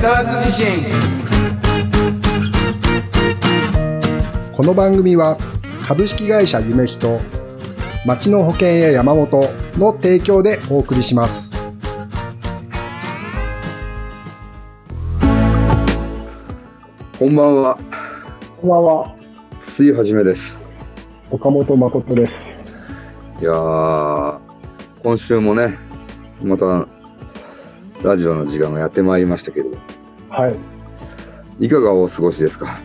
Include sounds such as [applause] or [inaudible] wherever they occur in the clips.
沢津地震この番組は株式会社夢人町の保険や山本の提供でお送りしますこんばんは、こんばんは、水はじめです。岡本誠です。いやー、今週もね、またラジオの時間がやってまいりましたけれど、はい、いかがお過ごしですか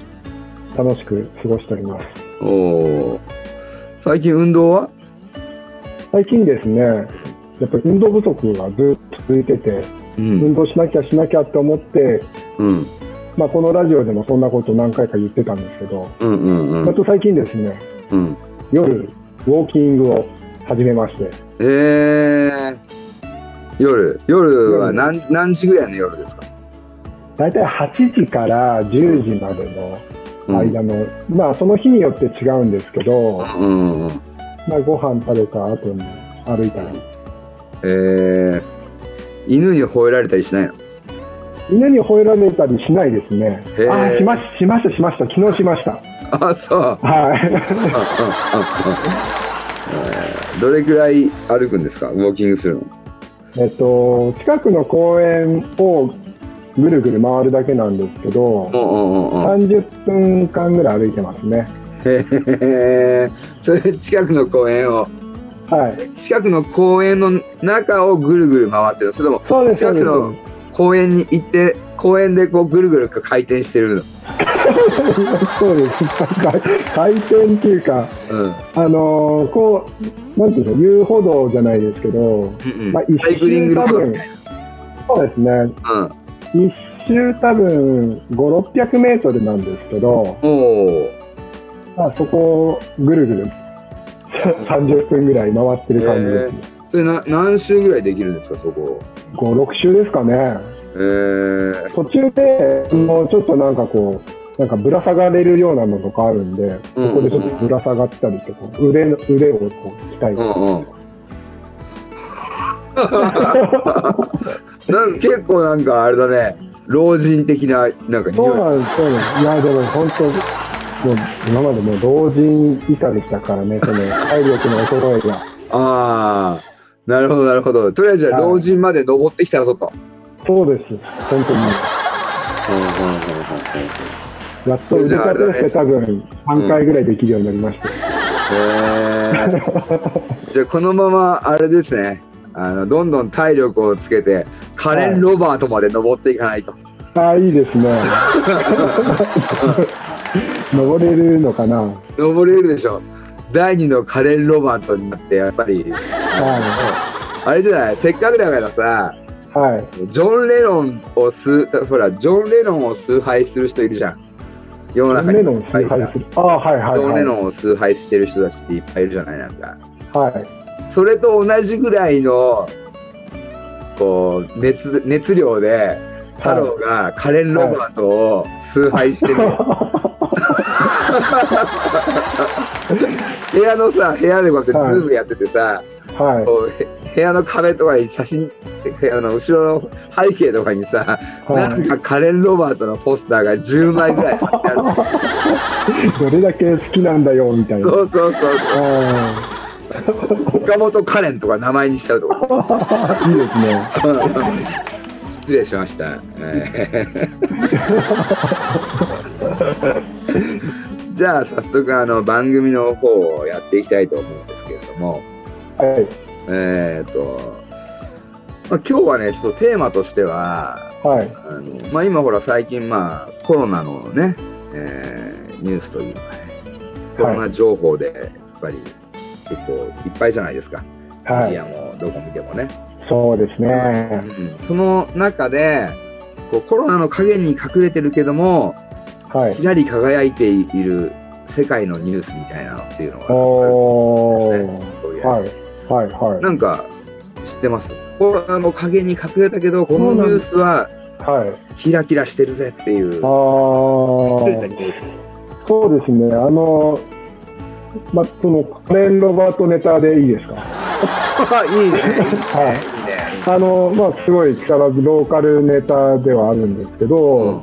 楽しく過ごしております。おー最近運動は最近ですね、やっぱり運動不足がずっと続いてて、うん、運動しなきゃしなきゃって思って、うん、まあこのラジオでもそんなこと何回か言ってたんですけど、うん、うん、うやっんと最近ですね、うん。夜ウォーキングを始めまして、えー、夜、夜は何何時ぐらいの夜ですか、だいたい8時から10時までのうん、間の、まあその日によって違うんですけうど、ん、うん。まあご飯食べた後に歩いたり、えー、犬に吠えられたりしないの犬に吠えられたりしないですねへー。あーしまししましたしました昨日しました。あ、そう。はい。 [laughs] うんうんうんうんえーどれくらい歩くんですかウォーキングするのえっと近くの公園をぐるぐる回るだけなんですけど、うんうんうんうん30分間ぐらい歩いてますね。へえ [laughs] それ近くの公園をはい。近くの公園の中をぐるぐる回ってるそれともそうです近そうくです。の公園に行って公園でこうぐるぐる回転してる [laughs] そうです。なんか回転っていうか、の、うんあのーこうなんていうの遊歩道じゃないですけど、うんうんまあ一サイクリング周ロ多ード分そうですね。うん、一周多分5、600メートルなんですけど。おおまあ、そこをぐるぐる30分ぐらい回ってる感じです、ねそれな何周ぐらいできるんですかそこ5、6周ですかね、えー、途中でもうちょっとなんかこう、なんかぶら下がれるようなのとかあるんで、うそんこでちょっとぶら下がったりとか、腕の腕をこう鍛えうて、んうんなんか結構なんかあれだね老人的ななんかそう匂いなんです、そうなんです、いや、でも本当、もう今までもう老人以下でしたからね、その体力の衰えが。ああなるほどなるほどとりあえずじゃあはい老人まで登ってきたぞと、そうです、本当に。やっと腕立てして多分3回ぐらいできるようになりました。へえじゃあこのままあれですねあのどんどん体力をつけてカレン・ロバートまで登っていかないと、ああ、いいですね。登れるのかな。は登れるでしょ第二のカレン・ロバートになってやっぱりあれじゃないせっかくだからさい。はい。ジョン・レノンを崇ほらジョン・レノンを崇拝する人いるじゃん世の中にレノン崇いっぱいい拝るする。ああ、はいじゃはんジいョン・はレい。ノンを崇拝してる人たちっていっぱいいるじゃないなんかはい。それと同じぐらいのこう熱熱量で太郎がカレン・ロバートを崇拝してる、部屋のさ部屋でこうやってズームやっててさ、はい。こうへ部屋の壁とかに写真部屋の後ろの背景とかにさ、なはぜかカレン・ロバートのポスターが10枚ぐらい貼ってあるい。どれだけ好きなんだよみたいな。そうそうそうそうあ岡本カレンとか名前にしちゃうとかあ、いいですね。失礼しました、えーじゃあ早速あの番組の方をやっていきたいと思うんですけれどもはい。えっ、と、まあ、今日はねちょっとテーマとしてははい。あのまあ、今ほら最近まあコロナのね、えーニュースというかねコロナ情報でやっぱり結構いっぱいじゃないですか、はメディい。アもどこ見てもね、そうですね。うんその中でこうコロナの陰に隠れてるけどもはい。きらり輝いている世界のニュースみたいなのっていうのがおあるー。こういうはい。はい。は。なんか知ってますコロナの陰に隠れたけどこのニュースはいはい。キラキラしてるぜっていう [laughs] ああ。そうですね。あの。[laughs] まそのカレンロバートネタでいいですか。いいね。いいね。いいねはい。あの、まあ、すごい力強いローカルネタではあるんですけうど、んうん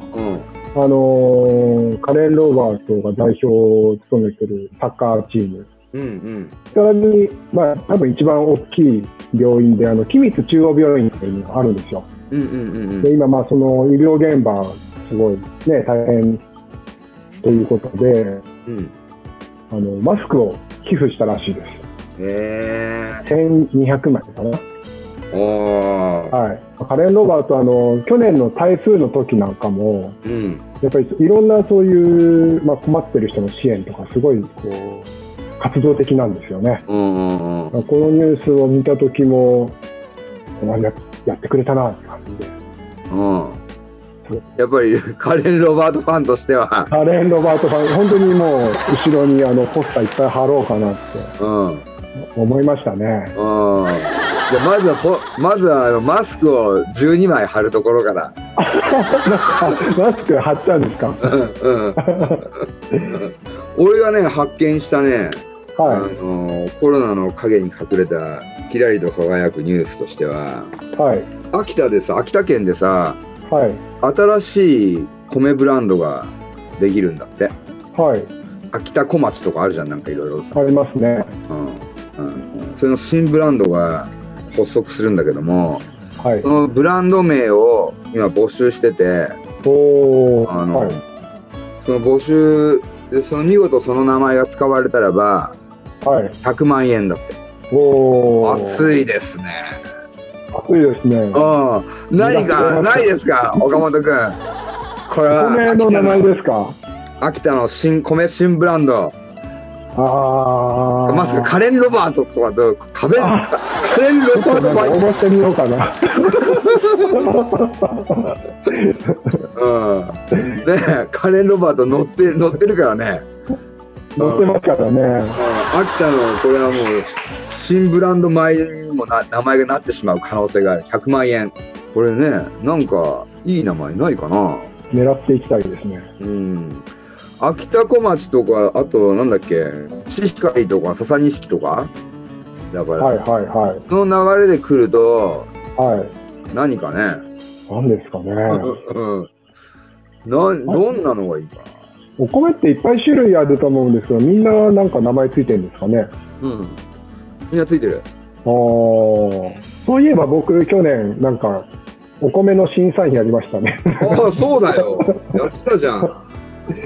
あの、カレン・ローバートが代表を務めてるサッカーチーム。うん木更津に、まあ、多分一番大きい病院で、あの、君津中央病院っていうのがあるんですよ。うんうんうんうんで、今、まあ、その医療現場、すごいね、大変ということで、うんあの、マスクを寄付したらしいです。へ1200枚かな。えおーはい、カレン・ロバートあの去年の台風の時なんかもうんやっぱりいろんなそういう、まあ、困ってる人の支援とかすごいこう活動的なんですよねうんうんうんこのニュースを見た時もあややってくれたなって感じでうんやっぱり [laughs] カレン・ロバートファンとしては、カレン・ロバートさん本当にもう後ろにあのポスターいっぱい貼ろうかなってうんうん、思いましたねじゃあまずはポまずはあのマスクを12枚貼るところから、あマスク貼っちゃうんですかうんうん、俺がね発見したね、あはのコロナの影に隠れたキラリと輝くニュースとしてはいはい秋田でさ秋田県でさはい新しい米ブランドができるんだってはい秋田小町とかあるじゃんなんかいろいろさ、ありますねうんうん、それの新ブランドが発足するんだけどもはいそのブランド名を今募集してておおあの、はいその募集でその見事その名前が使われたらばはい100万円だっておお熱いですね暑いですね。うん何かないですか岡本君これは米の名前ですか。秋田の新米新ブランドああ。まさかカレン・ロバートとかとカベンあカレン・ロバちょっとなんかー思ってみようか [laughs] な。トうんねカレン・ロバート乗って乗ってるからね乗ってますからね。うん秋田のこれはもう新ブランド前にもな名前がなってしまう可能性がある100万円これねなんかいい名前ないかな狙っていきたいですね。うん秋田小町とかあとなんだっけ知光とか笹錦とかだから、はいはいはその流れで来るといはい。何かね、なんですかうね。ん、なんどんなのがいいかなお米っていっぱい種類あると思うんですけど、みんななんか名前ついてるんですかね。あうんみんなついてるあ。そういえば僕去年なんかお米の審査員やりましたね。 [laughs] ああそうだよやってたじゃん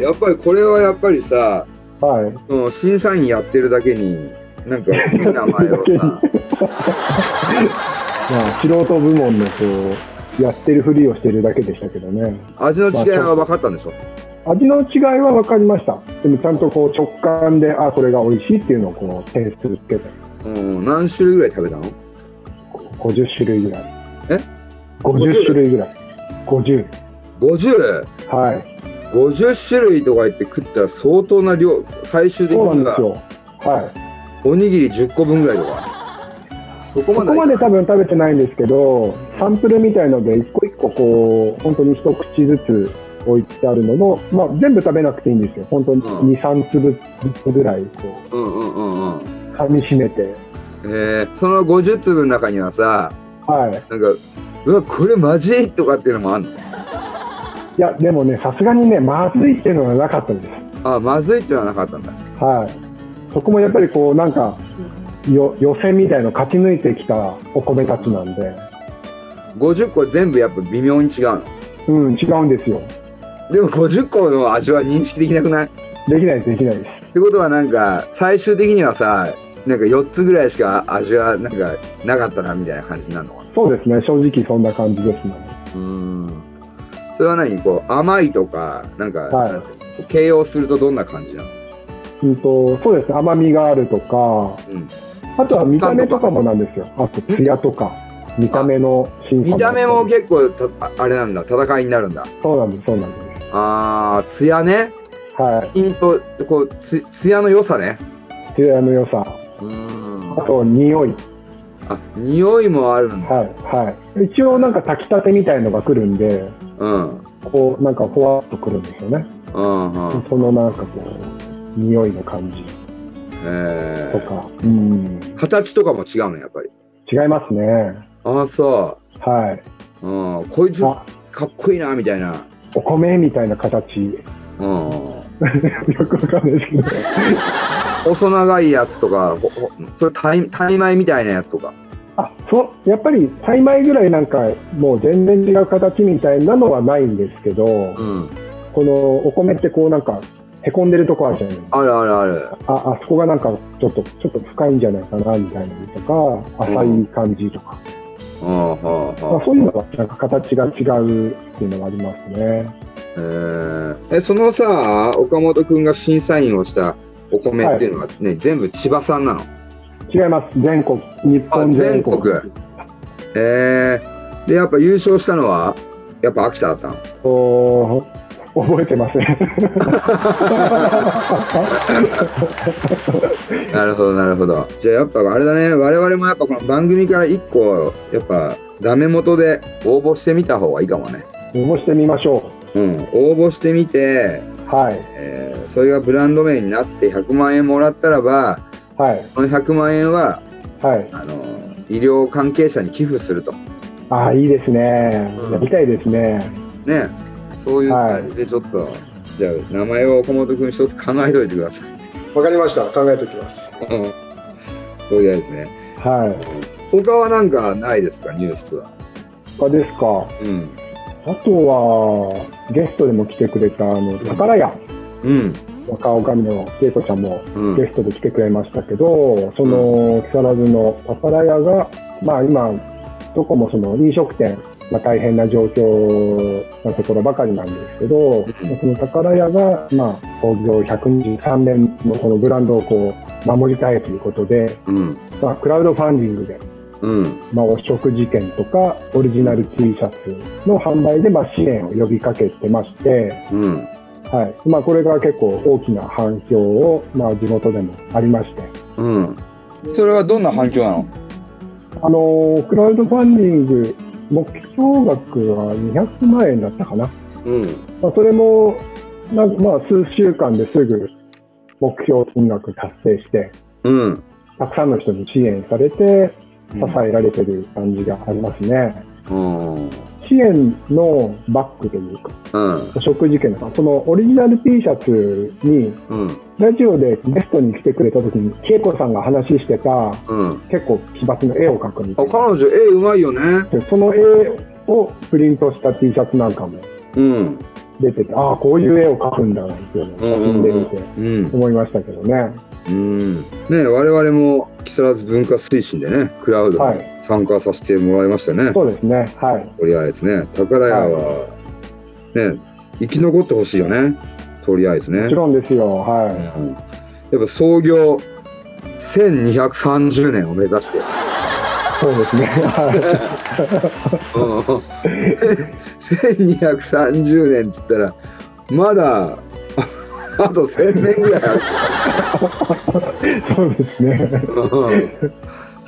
やっぱりこれはやっぱりさはい。その審査員やってるだけになん [laughs] かいい名前をさまあ素人部門のこうやってるふりをしてるだけでしたけどね。味の違いは分かったんでしょ味の違いは分かりました。でもちゃんとこう直感で、あ、これが美味しいっていうのをこう点数つけて、うん何種類ぐらい食べたの50種類ぐらい。え ?50 種類ぐらい。50。 50?50 はい。種類とか言って食ったら相当な量最終的そうなんにではすよ。はい。おにぎり10個分ぐらいとかそここまでこまで多分食べてないんですけど、サンプルみたいので、一個一個こう、本当に一口ずつ置いてあるのの、まあ全部食べなくていいんですよ。本当にうん2、3粒ずつぐらい、こうんうんうんうんう、噛み締めて。えー、その50粒の中にはさはい。なんかうわこれマジとかっていうのもあんのいや、でもね、さすがにね、まずいっていうのはなかったです。あまずいっていうのはなかったんだはい、そこもやっぱりこうなんかよ予選みたいの勝ち抜いてきたお米たちなんで、 50個全部やっぱ微妙に違うのうん、違うんですよ。でも50個の味は認識できなくないできないです、できないです。ってことはなんか最終的にはさなんか4つぐらいしか味はなんかなかったなみたいな感じになるのかなそうですね、正直そんな感じですね。うんそれは何こう甘いとかなんか、は形容するとどんな感じなのうんと、そうですね、甘みがあるとか、うんあとは見た目とかもなんですよ。あと、ツヤとか、見た目の審査見た目も結構たああれなんだ戦いになるんだそうなんです、そうなんであー艶ねす。はい。ピンとこうつ艶の良さねツヤの良さ。うんあと、匂い。あ匂いもあるんだ、はい、はい。一応なんか炊きたてみたいのが来るんで、うんうんこう、なんかほわっとくるんですよね。うんそのなんかこう、匂いの感じえとー、か、うん、形とかも違うのやっぱり違いますね。あああ、そはい。う。うん、こいつかあ、っこいいな、みたいな。お米みたいな形。 [laughs] ようん。くわかんないですけど。細長いやつとか、ほほそれタイ、タイ米みたいなやつとか。あ、そう、やっぱり、栽米ぐらいなんか、もう全然違う形みたいなのはないんですけど、うん。このお米ってこうなんか、へこんでるとこあるじゃないですか。あるあるある。あ、あそこがなんか、ちょっと、ちょっと深いんじゃないかな、みたいなのとか、浅い感じとか。うん、うん、うん。まあ、そういうのは、なんか形が違うっていうのはありますね。えーえそのさ岡本君が審査員をしたお米っていうのはね、全部千葉産なの違います。全国、日本全国。あ全えー、でやっぱ優勝したのはやっぱ秋田だったのお [laughs] 覚えてません。なるほどなるほどじゃあやっぱあれだね我々もやっぱこの番組から1個やっぱダメ元で応募してみた方がいいかもね応募してみましょうん応募してみて、う。はい。えーそれがブランド名になって100万円もらったらばはい。その100万円ははい。あの医療関係者に寄付するとああ、いいですね。うんやりたいですね。ねそういう感じでちょっと、じゃあ名前を岡本君一つ考えといてください。わかりました。考えておきます。うん [laughs] とりあえずね。はい。他はなんかないですかニュースは。他ですか。うん。あとは、ゲストでも来てくれた、あの、宝屋、うん。若女将のゲイトちゃんもうん。ゲストで来てくれましたけど、その、木更津の宝屋が、まあ今、どこもその飲食店、まあ大変な状況なところばかりなんですけど、その宝屋が、まあ、創業123年のそのブランドをこう、守りたいということで、うん。まあ、クラウドファンディングで、うん。まあ、お食事券とかオリジナル T シャツの販売で、まあ、支援を呼びかけてまして、うん。はいまあ、これが結構大きな反響を、まあ、地元でもありまして、うん。それはどんな反響なのあのークラウドファンディング目標額は200万円だったかな、うん。まあ、それもな、まあ、数週間ですぐ目標金額達成してうん。たくさんの人に支援されて支うんえられてる感じがありますね。うん。支援のバッグというか、うん。お食事券とか、そのオリジナル T シャツに、うん。ラジオでゲストに来てくれた時に、恵子さんが話してた、うん。結構奇抜な絵を描くみたあ、い彼女、絵うまいよね。な。その絵をプリントした T シャツなんかもうん。出てて、ああ、こういう絵を描くんだなっていううんのをう出んててうん。思いましたけどね。うん。ね我々も木更津文化推進でね、クラウドはに参加させてもらいましたね。そうですね。はい。とりあえずね、宝屋は、ね、生き残ってほしいよね、とりあえずね。もちろんですよ。うんはやっぱ創業1230年を目指 [laughs] して、い。そうですね。はうん、1230年っつったら、まだああと1000年ぐらいある、い。そうですね。 [laughs] うん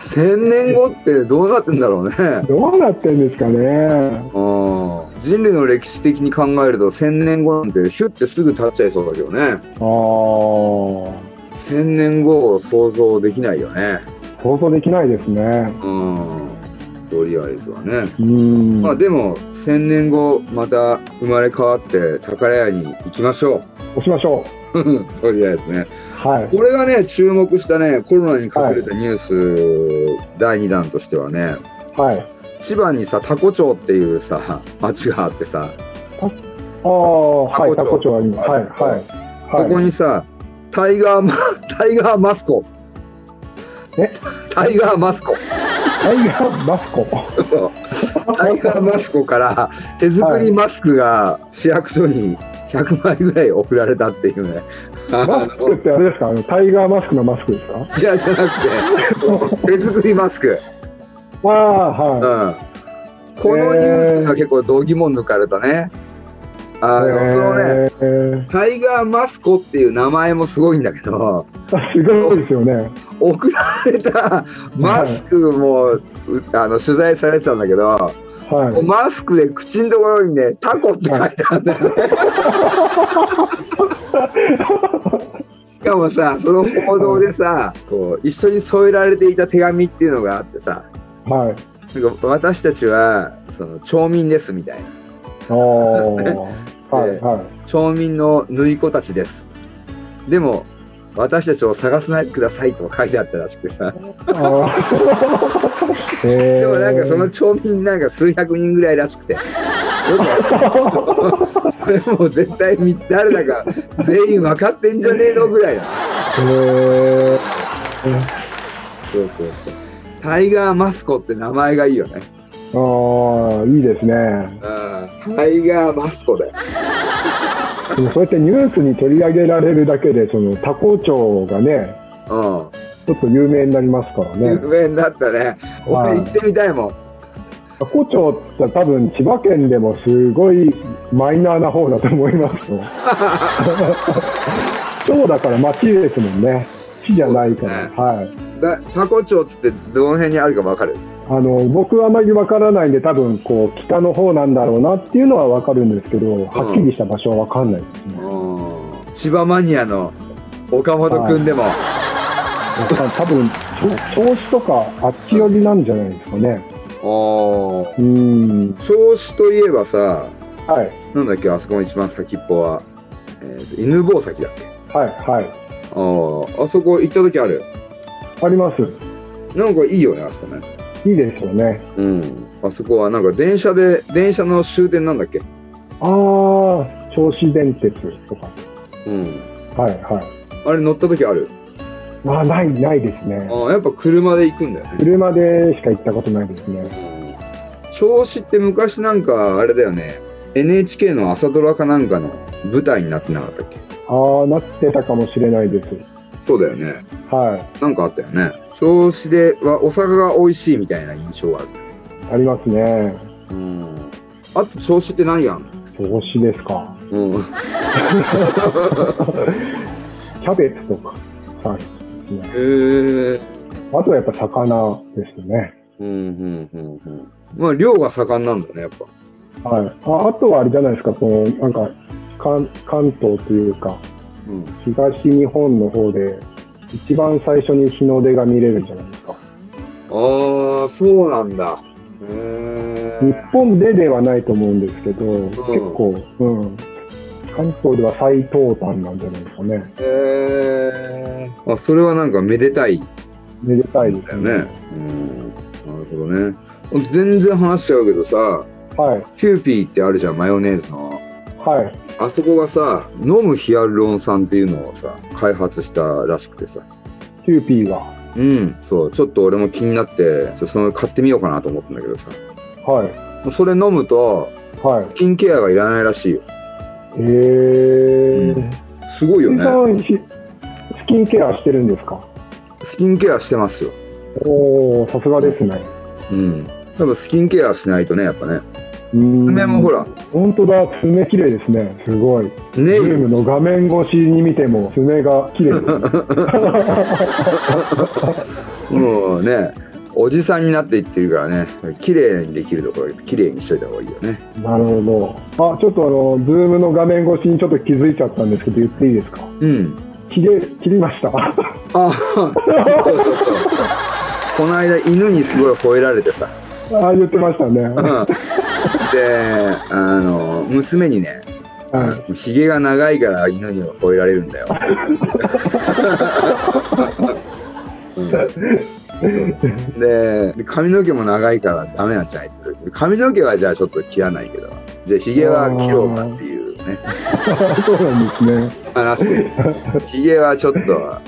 1000年後ってどうなってんだろうね。どうなってんですかね。うん人類の歴史的に考えると1000年後なんてヒュッてすぐ経っちゃいそうだけどね。ああ。 1000年後を想像できないよね。想像できないですね。うん。とりあえずはね。うん。まあでも、1000年後、また生まれ変わって宝屋に行きましょ押しましょう。とりあえずね。う。はい。これがね、注目したね、コロナに隠れたニュース、第2弾としてはね、はい。千葉にさ、タコ町っていうさ、町があってさ、ああ、はい。タタココ町町あります。はい。そはい。こはい。にさ、タイガーマ、 [laughs] タイガーマスコ。えタイガーマスコ。タイガーマスコ。 [laughs] そうタイガーマスコから手作りマスクが市役所に100枚ぐらい送られたっていうね。マスクってあれですかあのタイガーマスクのマスクですかいやじゃなくて手作りマスク、ああ、うん、はこのニュースが結構度肝抜かれたね。あい。のそのねへえタイガーマスコっていう名前もすごいんだけどあすごいですよね。送られたマスクも、うあの取材されてたんだけどはい。マスクで口のところにねタコって書いてあるんだよね。しかもさその報道でさこう一緒に添えられていた手紙っていうのがあってさはい。なんか私たちはその町民ですみたいなああ、はいは町民の縫い子たちですでも私たちを探さないでくださいと書いてあったらしくてさい。あーえでもーなんかその町民なんか数百人ぐらいらしくてよくそれもう絶対み誰だか全員分かってんじゃねえのぐらいなえーそうそうそうタイガーマスコって名前がいいよねああ、いいですね。あータイガーマスコだよでもそうやってニュースに取り上げられるだけで、その多古町がね、うんちょっと有名になりますからね有。名になったね。は俺い行ってみたいもん。多古町って多分千葉県でもすごいマイナーな方だと思いますよ。町だから町ですもんね。市じゃないから。はい。だタコ町っつってどの辺にあるかわかる。あの僕はあまりわからないんで多分こう北の方なんだろうなっていうのはわかるんですけどはっきりした場所はわかんないですね、千葉マニアの岡本くんでも、多分調調子とかあっち寄りなんじゃないですかねおーうーん銚子といえばさ、はいなんだっけあそこの一番先っぽは、えーと犬吠埼だっけ。はいはいあーあそこ行った時ある。ありますなんかいいよねあそこね。いいですよねうん。あそこはなんか電車で電車の終電なんだっけ。ああ銚子電鉄とかうん。はいはいあれ乗った時ある。まあないないですねあーやっぱ車で行くんだよね。車でしか行ったことないですね調子って昔なんかあれだよね NHK の朝ドラかなんかの舞台になってなかったっけああなってたかもしれないですそうだよねはいなんかあったよね調子ではお酒が美味しいみたいな印象があるありますねうんあと調子って何やんの調子ですかうんキャベツとか、はい。へえあとはやっぱ魚ですね。うんうんうんうんまあ漁が盛んなんだねやっぱはい。ああとはあれじゃないですか、その、なんか、関関東というか、うん東日本の方で、一番最初に日の出が見れるんじゃないですか。ああそうなんだへ日え本でではないと思うんですけど、結構、うん。関東では最東端なんじゃないですかね。へえあそれはなんかめでたいめでたいでだすよね。うん、なるほどね。全然話しちゃうけどさ、はい。キューピーってあるじゃん、マヨネーズの。はい。あそこがさ、飲むヒアルロン酸っていうのをさ、開発したらしくてさ。キューピーが。うん、そう、ちょっと俺も気になって、ちょその買ってみようかなと思ったんだけどさ。はい。それ飲むと、はいス。キンケアがいらないらしいよ。えうー。んすごいよ藤井さんね。はひスキンケアしてるんですかスキンケアしてますよ。おお、さすがですね。うん。多分スキンケアしないとね、やっぱね。爪爪もほら、本当だ、爪綺麗ですね。すごい。ネゲイール、ムの画面越しに見ても爪が綺 [laughs] 麗です。もうね、おじさんになっていってるからね、綺麗にできるところ、綺麗にしといた方がいいよね。なるほど。あ、ちょっとあのズームの画面越しにちょっと気づいちゃったんですけど言っていいですか。うん。切れ切りました。 [laughs] ああそうそうそう。この間、犬にすごい吠えられてさ。言ってました [laughs] ね。うんはで、あの、娘にね、ひげが長いから犬には吠えられるんだよ。うんでで髪の毛も長いからダメなんじゃないって言って髪の毛はじゃあちょっと切らないけどじゃあひげは切ろうかっていうねい。そうなんですね。話してひげはちょっと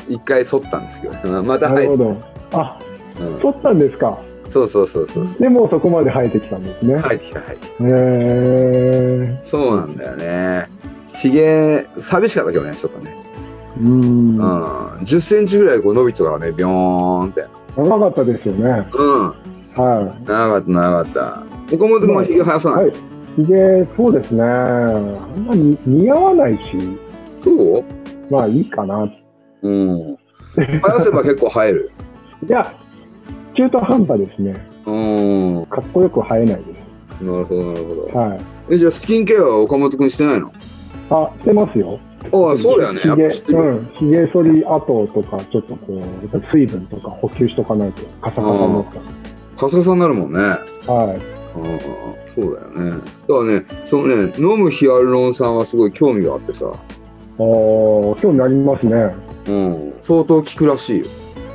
一回剃ったんですけど [laughs] またな生えるてほど。あ、うん取ったんですか。そうそうそうそうでもうそこまで生えてきたんですね。生えてきた生えてきへえ。たそうなんだよねひげ寂しかったけどねちょっとね、うん。うん、長1 0ンチぐらいこう伸びてたからねビョーンってかったですよね。うんはい。長かった長かった岡本君はひげ生やさない、はい。ひげ、そうですね。あんまり似合わないし、そうまあいいかな。うん生やせば結構生えるいや、中途半端ですね。 [laughs] うんなかっこよく生えないです。るほどなるほどはい。えじゃあスキンケアは岡本君してないのあ、してますよ。ああそうだよねひやっげ、ぱ知ってるうん。ひげ剃り跡とか、ちょっとこう、やっぱ水分とか補給しとかないと、カサカサになっカカサカサになるもんね。はい。ああそうだよね。だからね、そのね、飲むヒアルロン酸はすごい興味があってさ、あー興味ありますね。うん、相当効くらしいよ。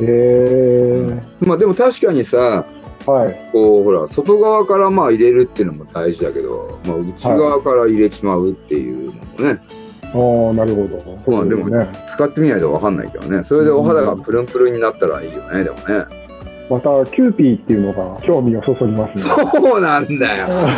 へえ。まあでも確かにさ、はい。こうほら外側からまあ入れるっていうのも大事だけど、まあ、内側から入れちまうっていうのもね、ああ、なるほど。そうなんでもね。使ってみないと分かんないけどねそれでお肌がプルンプルンになったらいいよねでもねまた、キューピーっていうのが興味をそそります [laughs] ね。そうなんだよなん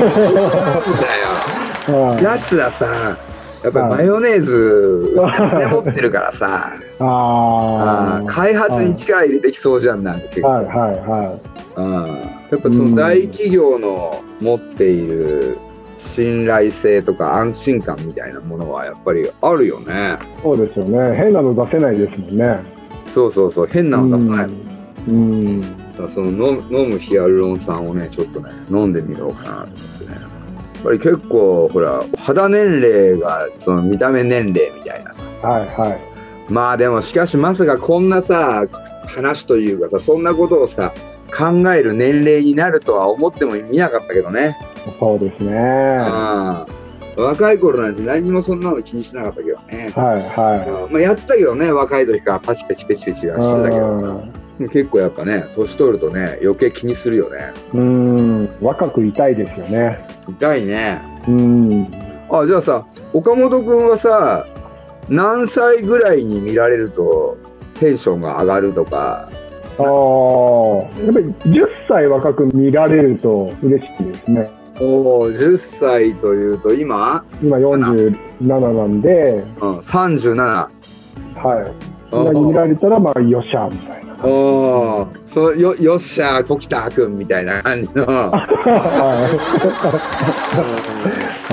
だよはやつらさやっぱりマヨネー [laughs] ズ金持ってるからさい。あああ。ー開発に力入れてきそうじゃんなんか結構はいはいはあーやっぱその大企業の持っている信頼性とか安心感みたいなものはやっぱりあるよねい。そうですよね。変なの出せないですもんね。そうそうそう変なの出さないうん。だからその飲む飲むヒアルロン酸をねちょっとね飲んでみようかなと思ってねやっぱり結構ほら肌年齢がその見た目年齢みたいなさはいはい。まあでもしかしまさかこんなさ話というかさそんなことをさ考える年齢になるとは思っても見なかったけどねそうですね。はああ若い頃なんて何にもそんなの気にしなかったけどねい、はまあ、やってたけどね若い時からパチパチパチパチい。はしてたけどさでも結構やっぱね年取るとね余計気にするよねうん。若くいたいですよね。痛いねうん。あじゃあさ岡本君はさ何歳ぐらいに見られるとテンションが上がるとかああ、やっぱり10歳若く見られると嬉しいですね。おお10歳というと今、今47なんで、うん、37はい。お今に見ーられたら、まあ、よっしゃ、みたいな。おーそのよよっしゃ時田君みたいな感じの、は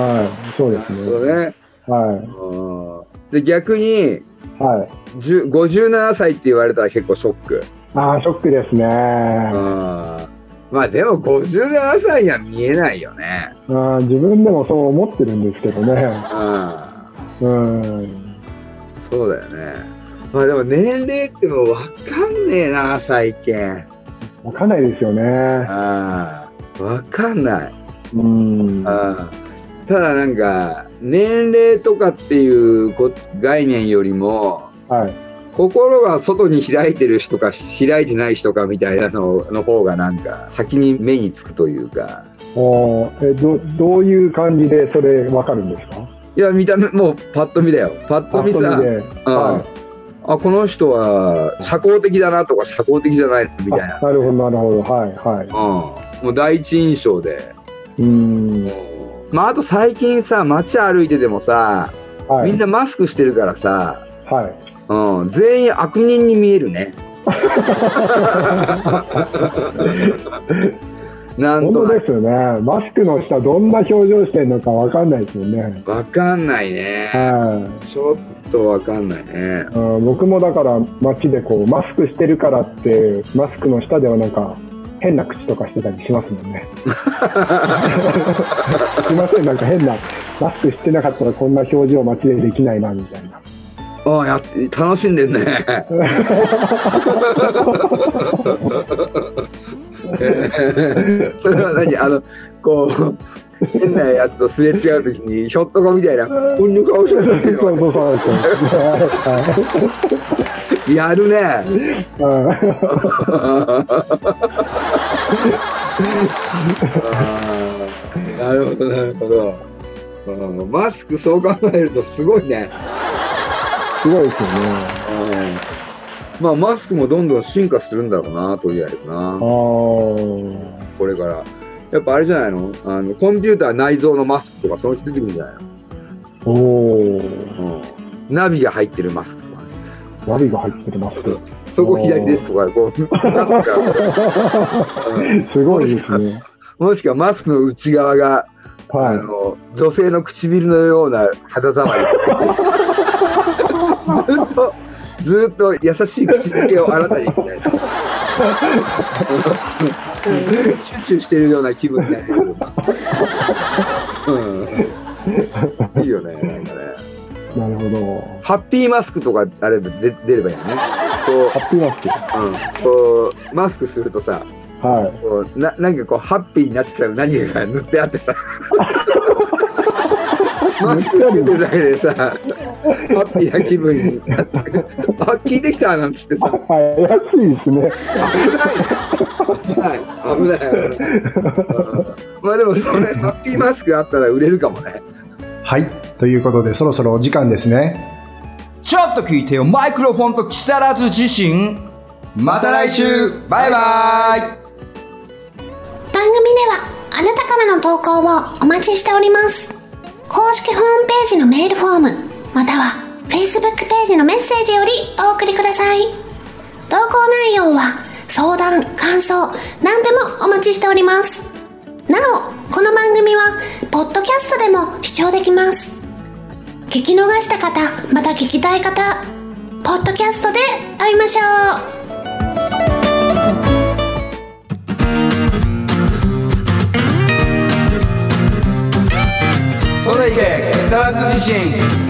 うんい。はい。そうですね。そうね。はで逆にい。はい。 10 57歳って言われたら結構ショック。ああ、ショックですね。あまあでも57歳には見えないよね。あー自分でもそう思ってるんですけどね。あうん。そうだよね。まあでも年齢ってもうわかんねえな最近。わかんないですよね。ああわかんない。うん。はあただなんか年齢とかっていうこ概念よりもい。心が外に開いてる人か開いてない人かみたいなのの方がなんか先に目につくというかおーえどどういう感じでそれわかるんですかいや見た目もうパッと見だよパッと見さあそれうんではいあこの人は社交的だなとか社交的じゃないのみたいな、あなるほど、なるほど。はい、はいうん、。もう第一印象で、うーん。まあ、あと最近さ街歩いててもさはい。みんなマスクしてるからさ、はい。うん、全員悪人に見える [laughs] ねなん本と当なでくすよね。マスクの下、どんな表情してるのかわかんないですよね。わかんないねはちょっとわかんないね。い。うん僕もだから街でこう、マスクしてるからって、マスクの下ではなんか、変な口とかしてたりしますもんね。すいません、なんか変な、マスクしてなかったらこんな表情街でできないな、みたいな。あやって楽しんでんね。 [laughs] それは何 [laughs] あのこう変なやつとすれ違うときにひょっとこみた [laughs] いなこんな顔してるけそどうそうそうなんですよ。はやるね。いはいうんあーなるほどなるほど。うんマスクそう考えるとすごいね。すごいですよね。うんまあマスクもどんどん進化するんだろうなとりあえずなあ。ーこれから。やっぱあれじゃないのあのコンピューター内蔵のマスクとかそのうち出てくるんじゃないおー。の、ナビが入ってるマスクとかね、ナビが入ってますけど。そこ左ですとか、こう、マスク [laughs] が、うんすごいですね。もしくはマスクの内側が、あはの女性の唇のような肌触りずっとずっと優しい口づけをあなたにみたいなチューチューしてるような気分になる、うん、いいよねなんかねい。なるほど。ハッピーマスクとかあれば出出ればいいよねこハッピーマスク。う,、うん、こうマスクするとさはい。こうななんかこうハッピーになっちゃう何かが塗ってあってさマスクつけてないでさハッピーな気分になってあ聞いてきたなんつってさはい、安いですね。危ない危ない危ない、うんまあでもそれハッピーマスクあったら売れるかもねはい。ということで、そろそろお時間ですね。ちょっと聞いてよマイクロフォンと木更津自身また来週バイバイ番組ではあなたからの投稿をお待ちしております公式ホームページのメールフォームまたは Facebook ページのメッセージよりお送りください投稿内容は相談感想何でもお待ちしておりますなおこの番組はポッドキャストでも視聴できます聞き逃した方また聞きたい方ポッドキャストで会いましょうそれいけ木更津自身